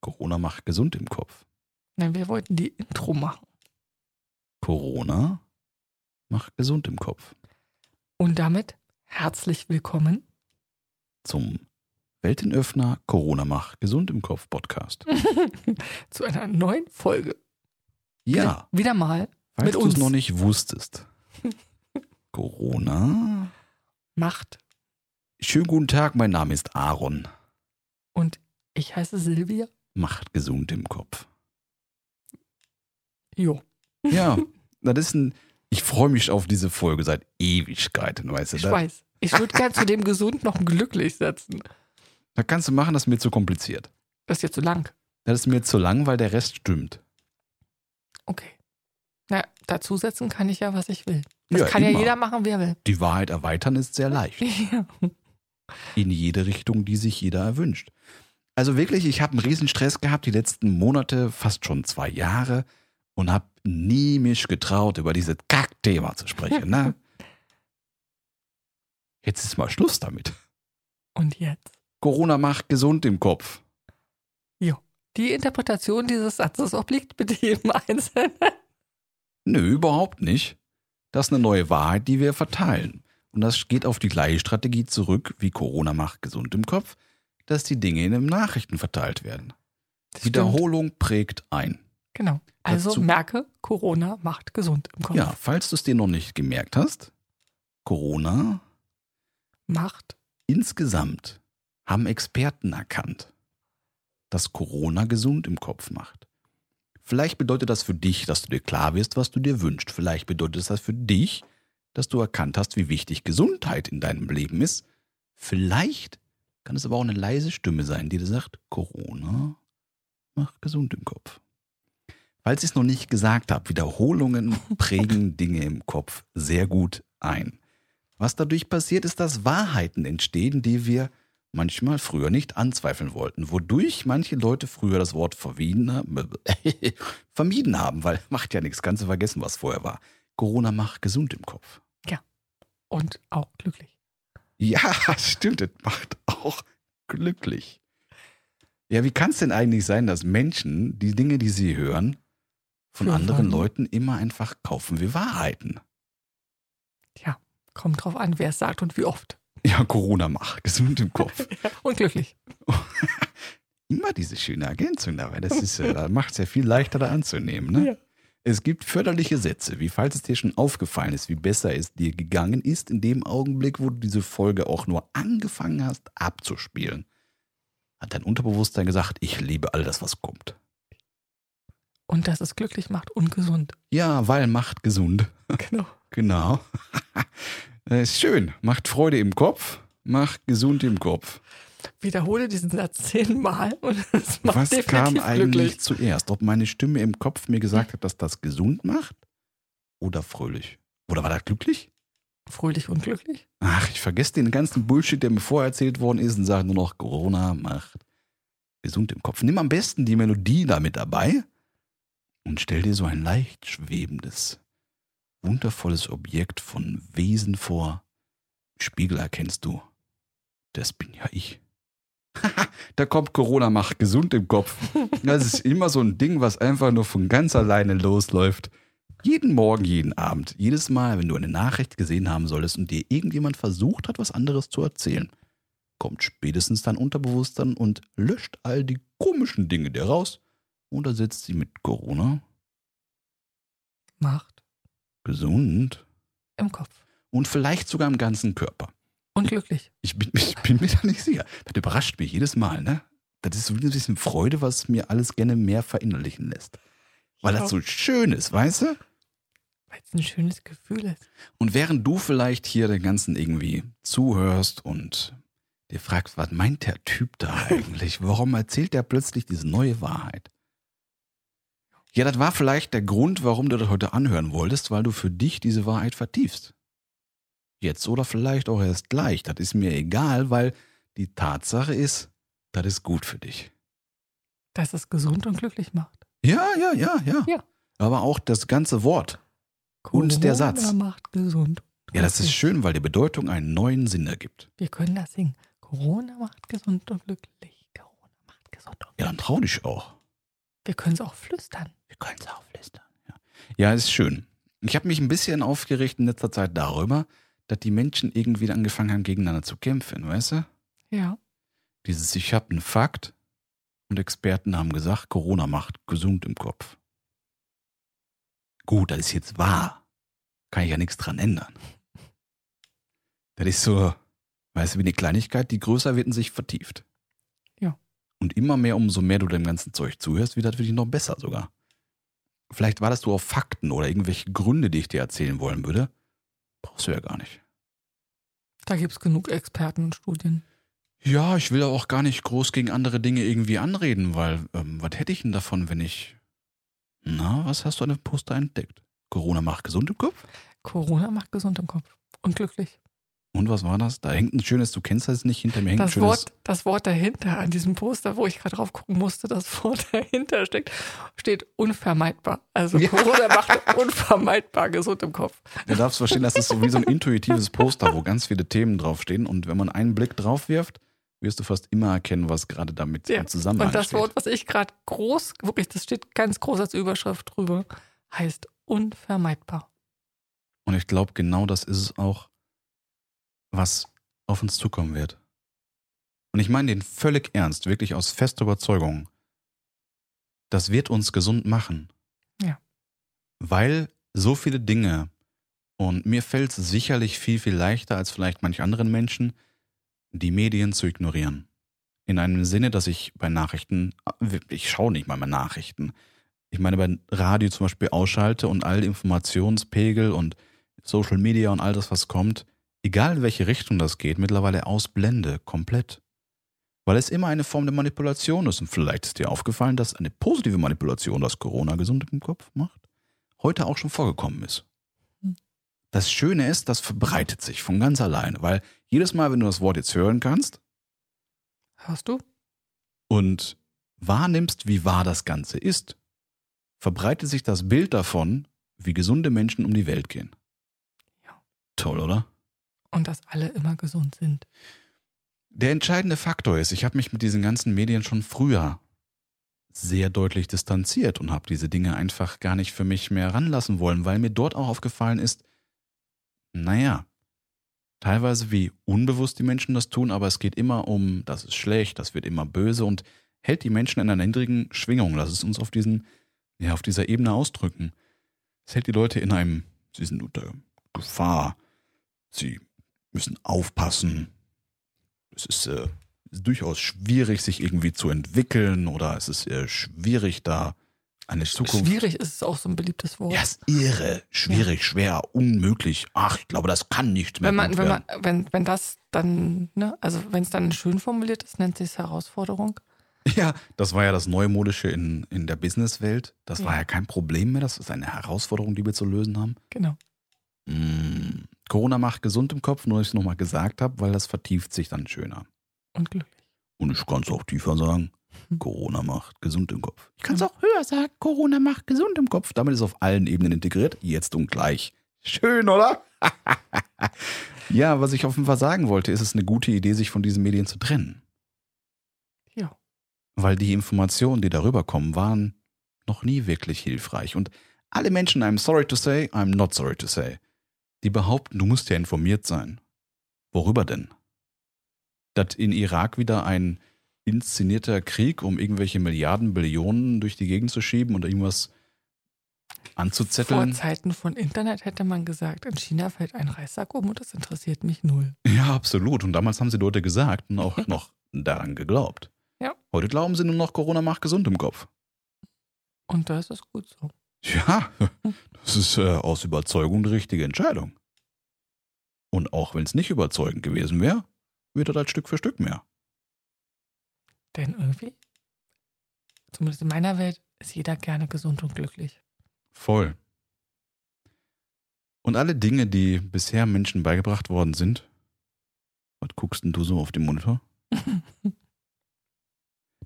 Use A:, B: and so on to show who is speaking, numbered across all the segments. A: Corona macht gesund im Kopf.
B: Nein, wir wollten die Intro machen.
A: Corona macht gesund im Kopf.
B: Und damit herzlich willkommen.
A: Zum Weltenöffner Corona macht gesund im Kopf Podcast.
B: zu einer neuen Folge.
A: Ja,
B: Wieder mal
A: falls
B: mit
A: du es
B: uns.
A: noch nicht wusstest. Corona.
B: Macht.
A: Schönen guten Tag, mein Name ist Aaron.
B: Und ich heiße Silvia.
A: Macht gesund im Kopf.
B: Jo.
A: Ja, das ist ein. Ich freue mich auf diese Folge seit Ewigkeiten, weißt du?
B: Ich
A: Da,
B: weiß. Ich würde gern zu dem gesund noch ein glücklich setzen.
A: da kannst du machen, das ist mir zu kompliziert.
B: Das ist ja zu lang.
A: Das ist mir zu lang, weil der Rest stimmt.
B: Okay. Na, dazusetzen kann ich ja, was ich will. Das
A: Ja,
B: kann ja
A: immer.
B: jeder machen, wie er will.
A: Die Wahrheit erweitern ist sehr leicht.
B: Ja.
A: in jede Richtung, die sich jeder erwünscht. Also wirklich, ich habe einen riesen Stress gehabt die letzten Monate, fast schon zwei Jahre und habe nie mich getraut, über dieses Kackthema zu sprechen. Ne? Jetzt ist mal Schluss damit.
B: Und jetzt?
A: Corona macht gesund im Kopf.
B: Die Interpretation dieses Satzes obliegt bitte jedem Einzelnen.
A: Nö, überhaupt nicht. Das ist eine neue Wahrheit, die wir verteilen. Und das geht auf die gleiche Strategie zurück wie Corona macht gesund im Kopf, dass die Dinge in den Nachrichten verteilt werden. Wiederholung prägt ein.
B: Genau. Also
A: Dazu-
B: merke, Corona macht gesund im Kopf.
A: Ja, falls du es dir noch nicht gemerkt hast, Corona
B: Macht.
A: insgesamt haben Experten erkannt, dass Corona gesund im Kopf macht. Vielleicht bedeutet das für dich, dass du dir klar wirst, was du dir wünschst. Vielleicht bedeutet das für dich, dass du erkannt hast, wie wichtig Gesundheit in deinem Leben ist. Vielleicht kann es aber auch eine leise Stimme sein, die dir sagt, Corona macht gesund im Kopf. Falls ich es noch nicht gesagt habe, Wiederholungen prägen Dinge im Kopf sehr gut ein. Was dadurch passiert, ist, dass Wahrheiten entstehen, die wir manchmal früher nicht anzweifeln wollten, wodurch manche Leute früher das Wort vermieden haben, vermieden haben weil macht ja nichts, kannst du vergessen, was vorher war. Corona macht gesund im Kopf.
B: Und auch glücklich.
A: Ja, stimmt, das macht auch glücklich. Ja, wie kann es denn eigentlich sein, dass Menschen die Dinge, die sie hören, von
B: Für
A: anderen
B: wahr-
A: Leuten immer einfach kaufen wie Wahrheiten?
B: Kommt drauf an, wer es sagt und wie oft.
A: Ja, Corona macht gesund im Kopf.
B: Und glücklich.
A: immer diese schöne Ergänzung dabei. Das ist, äh, macht es ja viel leichter da anzunehmen. Ne?
B: Ja.
A: Es gibt förderliche Sätze, wie falls es dir schon aufgefallen ist, wie besser es dir gegangen ist, in dem Augenblick, wo du diese Folge auch nur angefangen hast abzuspielen, hat dein Unterbewusstsein gesagt, ich liebe all das, was kommt.
B: Und dass es glücklich macht und gesund.
A: Ja, weil macht gesund.
B: Genau.
A: Genau. Äh, ist schön. Macht Freude im Kopf, macht gesund im Kopf.
B: Wiederhole diesen Satz zehnmal und es macht
A: Was kam
B: definitiv
A: eigentlich
B: glücklich.
A: zuerst? Ob meine Stimme im Kopf mir gesagt hat, dass das gesund macht? Oder fröhlich? Oder war das glücklich?
B: Fröhlich und glücklich?
A: Ach, ich vergesse den ganzen Bullshit, der mir vorher erzählt worden ist und sage nur noch, Corona macht gesund im Kopf. Nimm am besten die Melodie da mit dabei und stell dir so ein leicht schwebendes, wundervolles Objekt von Wesen vor. Im Spiegel erkennst du, das bin ja ich. da kommt Corona macht gesund im Kopf. Das ist immer so ein Ding, was einfach nur von ganz alleine losläuft. Jeden Morgen, jeden Abend, jedes Mal, wenn du eine Nachricht gesehen haben solltest und dir irgendjemand versucht hat, was anderes zu erzählen, kommt spätestens dein Unterbewusstsein und löscht all die komischen Dinge dir raus und ersetzt sie mit Corona,
B: Macht
A: gesund
B: im Kopf.
A: und vielleicht sogar im ganzen Körper.
B: Und glücklich.
A: Ich bin, ich bin mir da nicht sicher. Das überrascht mich jedes Mal, ne? Das ist so ein bisschen Freude, was mir alles gerne mehr verinnerlichen lässt. Weil
B: Ja.
A: das so schön ist, weißt du?
B: Weil es ein schönes Gefühl ist.
A: Und während du vielleicht hier den Ganzen irgendwie zuhörst und dir fragst, was meint der Typ da eigentlich? Warum erzählt der plötzlich diese neue Wahrheit? Ja, das war vielleicht der Grund, warum du das heute anhören wolltest, weil du für dich diese Wahrheit vertiefst. Jetzt oder vielleicht auch erst gleich, das ist mir egal, weil die Tatsache ist, das ist gut für dich.
B: Dass es gesund und glücklich macht.
A: Ja, ja, ja, ja.
B: Ja.
A: Aber auch das ganze Wort. Und der
B: Corona
A: Satz.
B: macht gesund.
A: Ja, das ist
B: glücklich.
A: schön, weil die Bedeutung einen neuen Sinn ergibt.
B: Wir können das singen. Corona macht gesund und glücklich. Corona macht gesund und glücklich.
A: Ja, dann trau dich auch.
B: Wir können es auch flüstern.
A: Wir können es auflistern. Ja. ja, ist schön. Ich habe mich ein bisschen aufgeregt in letzter Zeit darüber, dass die Menschen irgendwie angefangen haben, gegeneinander zu kämpfen, weißt du?
B: Ja.
A: Dieses, ich habe einen Fakt und Experten haben gesagt, Corona macht gesund im Kopf. Gut, das ist jetzt wahr. Kann ich ja nichts dran ändern. Das ist so, weißt du, wie eine Kleinigkeit, die größer wird und sich vertieft.
B: Ja.
A: Und immer mehr, umso mehr du dem ganzen Zeug zuhörst, wird das wirklich noch besser sogar. Vielleicht wartest du auf Fakten oder irgendwelche Gründe, die ich dir erzählen wollen würde. Brauchst du ja gar nicht.
B: Da gibt es genug Experten und Studien.
A: Ja, ich will auch gar nicht groß gegen andere Dinge irgendwie anreden, weil ähm, was hätte ich denn davon, wenn ich. Na, was hast du an dem Poster entdeckt? Corona macht gesund im Kopf?
B: Corona macht gesund im Kopf. Und glücklich.
A: Und was war das? Da hängt ein schönes, du kennst das nicht, hinter mir hängt ein
B: Das
A: schönes.
B: Wort, das Wort dahinter an diesem Poster, wo ich gerade drauf gucken musste, das Wort dahinter steckt, steht unvermeidbar. Also
A: Ja.
B: Corona macht unvermeidbar gesund im Kopf.
A: Du darfst verstehen, das ist so wie so ein intuitives Poster, wo ganz viele Themen draufstehen. Und wenn man einen Blick drauf wirft, wirst du fast immer erkennen, was gerade damit
B: Ja,
A: im Zusammenhang
B: Und das
A: steht.
B: Wort, was ich gerade groß, wirklich, das steht ganz groß als Überschrift drüber, heißt unvermeidbar.
A: Und ich glaube, genau das ist es auch, was auf uns zukommen wird. Und ich meine den völlig ernst, wirklich aus fester Überzeugung. Das wird uns gesund machen.
B: Ja.
A: Weil so viele Dinge, und mir fällt es sicherlich viel, viel leichter als vielleicht manch anderen Menschen, die Medien zu ignorieren. In einem Sinne, dass ich bei Nachrichten, ich schaue nicht mal mehr Nachrichten. Ich meine, bei Radio zum Beispiel ausschalte und all die Informationspegel und Social Media und all das, was kommt, egal in welche Richtung das geht, mittlerweile ausblende, komplett. Weil es immer eine Form der Manipulation ist. Und vielleicht ist dir aufgefallen, dass eine positive Manipulation, das Corona gesund im Kopf macht, heute auch schon vorgekommen ist.
B: Hm.
A: Das Schöne ist, das verbreitet sich von ganz alleine, weil jedes Mal, wenn du das Wort jetzt hören kannst
B: Hörst du?
A: und wahrnimmst, wie wahr das Ganze ist, verbreitet sich das Bild davon, wie gesunde Menschen um die Welt gehen.
B: Ja.
A: Toll, oder?
B: Und dass alle immer gesund sind.
A: Der entscheidende Faktor ist, ich habe mich mit diesen ganzen Medien schon früher sehr deutlich distanziert und habe diese Dinge einfach gar nicht für mich mehr ranlassen wollen, weil mir dort auch aufgefallen ist, naja, teilweise wie unbewusst die Menschen das tun, aber es geht immer um, das ist schlecht, das wird immer böse und hält die Menschen in einer niedrigen Schwingung. Lass es uns auf diesen, ja, auf dieser Ebene ausdrücken. Es hält die Leute in einem, sie sind unter Gefahr, sie müssen aufpassen, es ist äh, durchaus schwierig, sich irgendwie zu entwickeln oder es ist äh, schwierig, da eine Zukunft.
B: Schwierig ist es auch so ein beliebtes Wort.
A: Ja, ist irre, schwierig, schwer, unmöglich. Ach, ich glaube, das kann nicht mehr
B: Wenn man,
A: gut
B: wenn
A: werden.
B: man, wenn, wenn das dann, ne, also wenn es dann schön formuliert ist, nennt sich es Herausforderung.
A: Ja, das war ja das Neumodische in, in der Businesswelt. Das
B: Ja.
A: war ja kein Problem mehr. Das ist eine Herausforderung, die wir zu lösen haben.
B: Genau.
A: Mm. Corona macht gesund im Kopf, nur dass ich es nochmal gesagt habe, weil das vertieft sich dann schöner.
B: Und glücklich.
A: Und ich kann es auch tiefer sagen.
B: Hm.
A: Corona macht gesund im Kopf. Ich kann es auch höher sagen. Corona macht gesund im Kopf. Damit ist es auf allen Ebenen integriert. Jetzt und gleich. Schön, oder? ja, was ich auf jeden Fall sagen wollte, ist es ist eine gute Idee, sich von diesen Medien zu trennen.
B: Ja.
A: Weil die Informationen, die darüber kommen, waren noch nie wirklich hilfreich. Und alle Menschen, I'm sorry to say, I'm not sorry to say, die behaupten, du musst ja informiert sein. Worüber denn? Dass in Irak wieder ein inszenierter Krieg, um irgendwelche Milliarden, Billionen durch die Gegend zu schieben und irgendwas
B: Vor
A: anzuzetteln.
B: Zeiten von Internet hätte man gesagt, in China fällt ein Reissack um und das interessiert mich null.
A: Ja, absolut. Und damals haben sie Leute gesagt und auch noch daran geglaubt.
B: Ja.
A: Heute glauben sie nur noch, Corona macht gesund im Kopf.
B: Und da ist es gut so.
A: Ja, das ist äh, aus Überzeugung die richtige Entscheidung. Und auch wenn es nicht überzeugend gewesen wäre, wird das halt Stück für Stück mehr.
B: Denn irgendwie, zumindest in meiner Welt, ist jeder gerne gesund und glücklich.
A: Voll. Und alle Dinge, die bisher Menschen beigebracht worden sind, was guckst denn du so auf dem Monitor?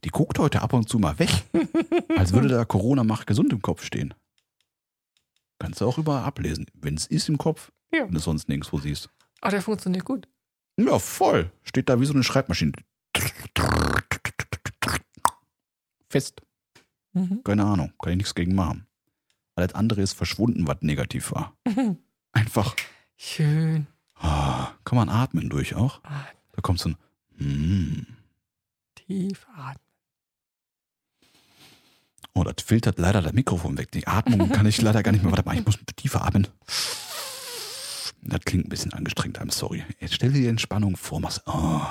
A: Die guckt heute ab und zu mal weg, als würde da Corona macht gesund im Kopf stehen. Kannst du auch überall ablesen, wenn es ist im Kopf
B: Ja.
A: und es sonst nirgendwo siehst.
B: Aber der funktioniert gut.
A: Ja, voll. Steht da wie so eine Schreibmaschine. Fest.
B: Mhm.
A: Keine Ahnung, kann ich nichts gegen machen. Alles andere ist verschwunden, was negativ war. Einfach,
B: Schön. Ah,
A: ah, kann man atmen durch auch.
B: Atmen,
A: Da kommt so ein, mm,
B: tief atmen.
A: oh, das filtert leider das Mikrofon weg. Die Atmung kann ich leider gar nicht mehr weitermachen. Ich muss tiefer atmen. Das klingt ein bisschen angestrengt, I'm sorry. Jetzt stell dir die Entspannung vor, machst, oh,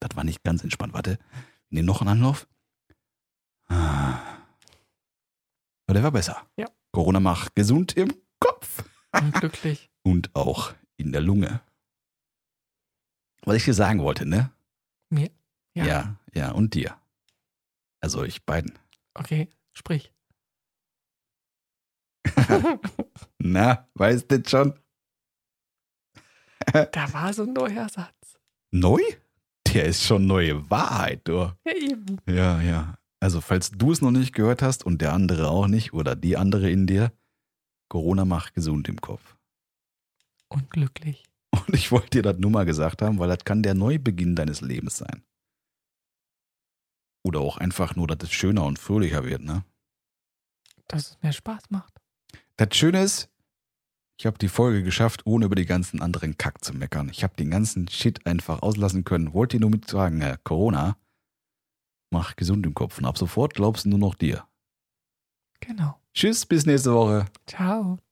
A: das war nicht ganz entspannt. Warte, nimm noch einen Anlauf. Ah. Aber der war besser.
B: Ja.
A: Corona macht gesund im Kopf.
B: Und glücklich.
A: und auch in der Lunge. Was ich dir sagen wollte, ne?
B: Mir? Ja.
A: ja, ja, und dir. Also euch beiden.
B: Okay, sprich.
A: Na, weißt du schon?
B: Da war so ein neuer Satz.
A: Neu? Der ist schon neue Wahrheit, du.
B: Ja, eben.
A: Ja, ja. Also, falls du es noch nicht gehört hast und der andere auch nicht oder die andere in dir, Corona macht gesund im Kopf.
B: Und glücklich.
A: Und ich wollte dir das nur mal gesagt haben, weil das kann der Neubeginn deines Lebens sein. Oder auch einfach nur, dass es schöner und fröhlicher wird, ne?
B: Dass es mir Spaß macht.
A: Das Schöne ist, ich habe die Folge geschafft, ohne über die ganzen anderen Kack zu meckern. Ich habe den ganzen Shit einfach auslassen können. Wollte dir nur mit sagen, äh, Corona, mach gesund im Kopf und ab sofort glaubst du nur noch dir.
B: Genau.
A: Tschüss, bis nächste Woche.
B: Ciao.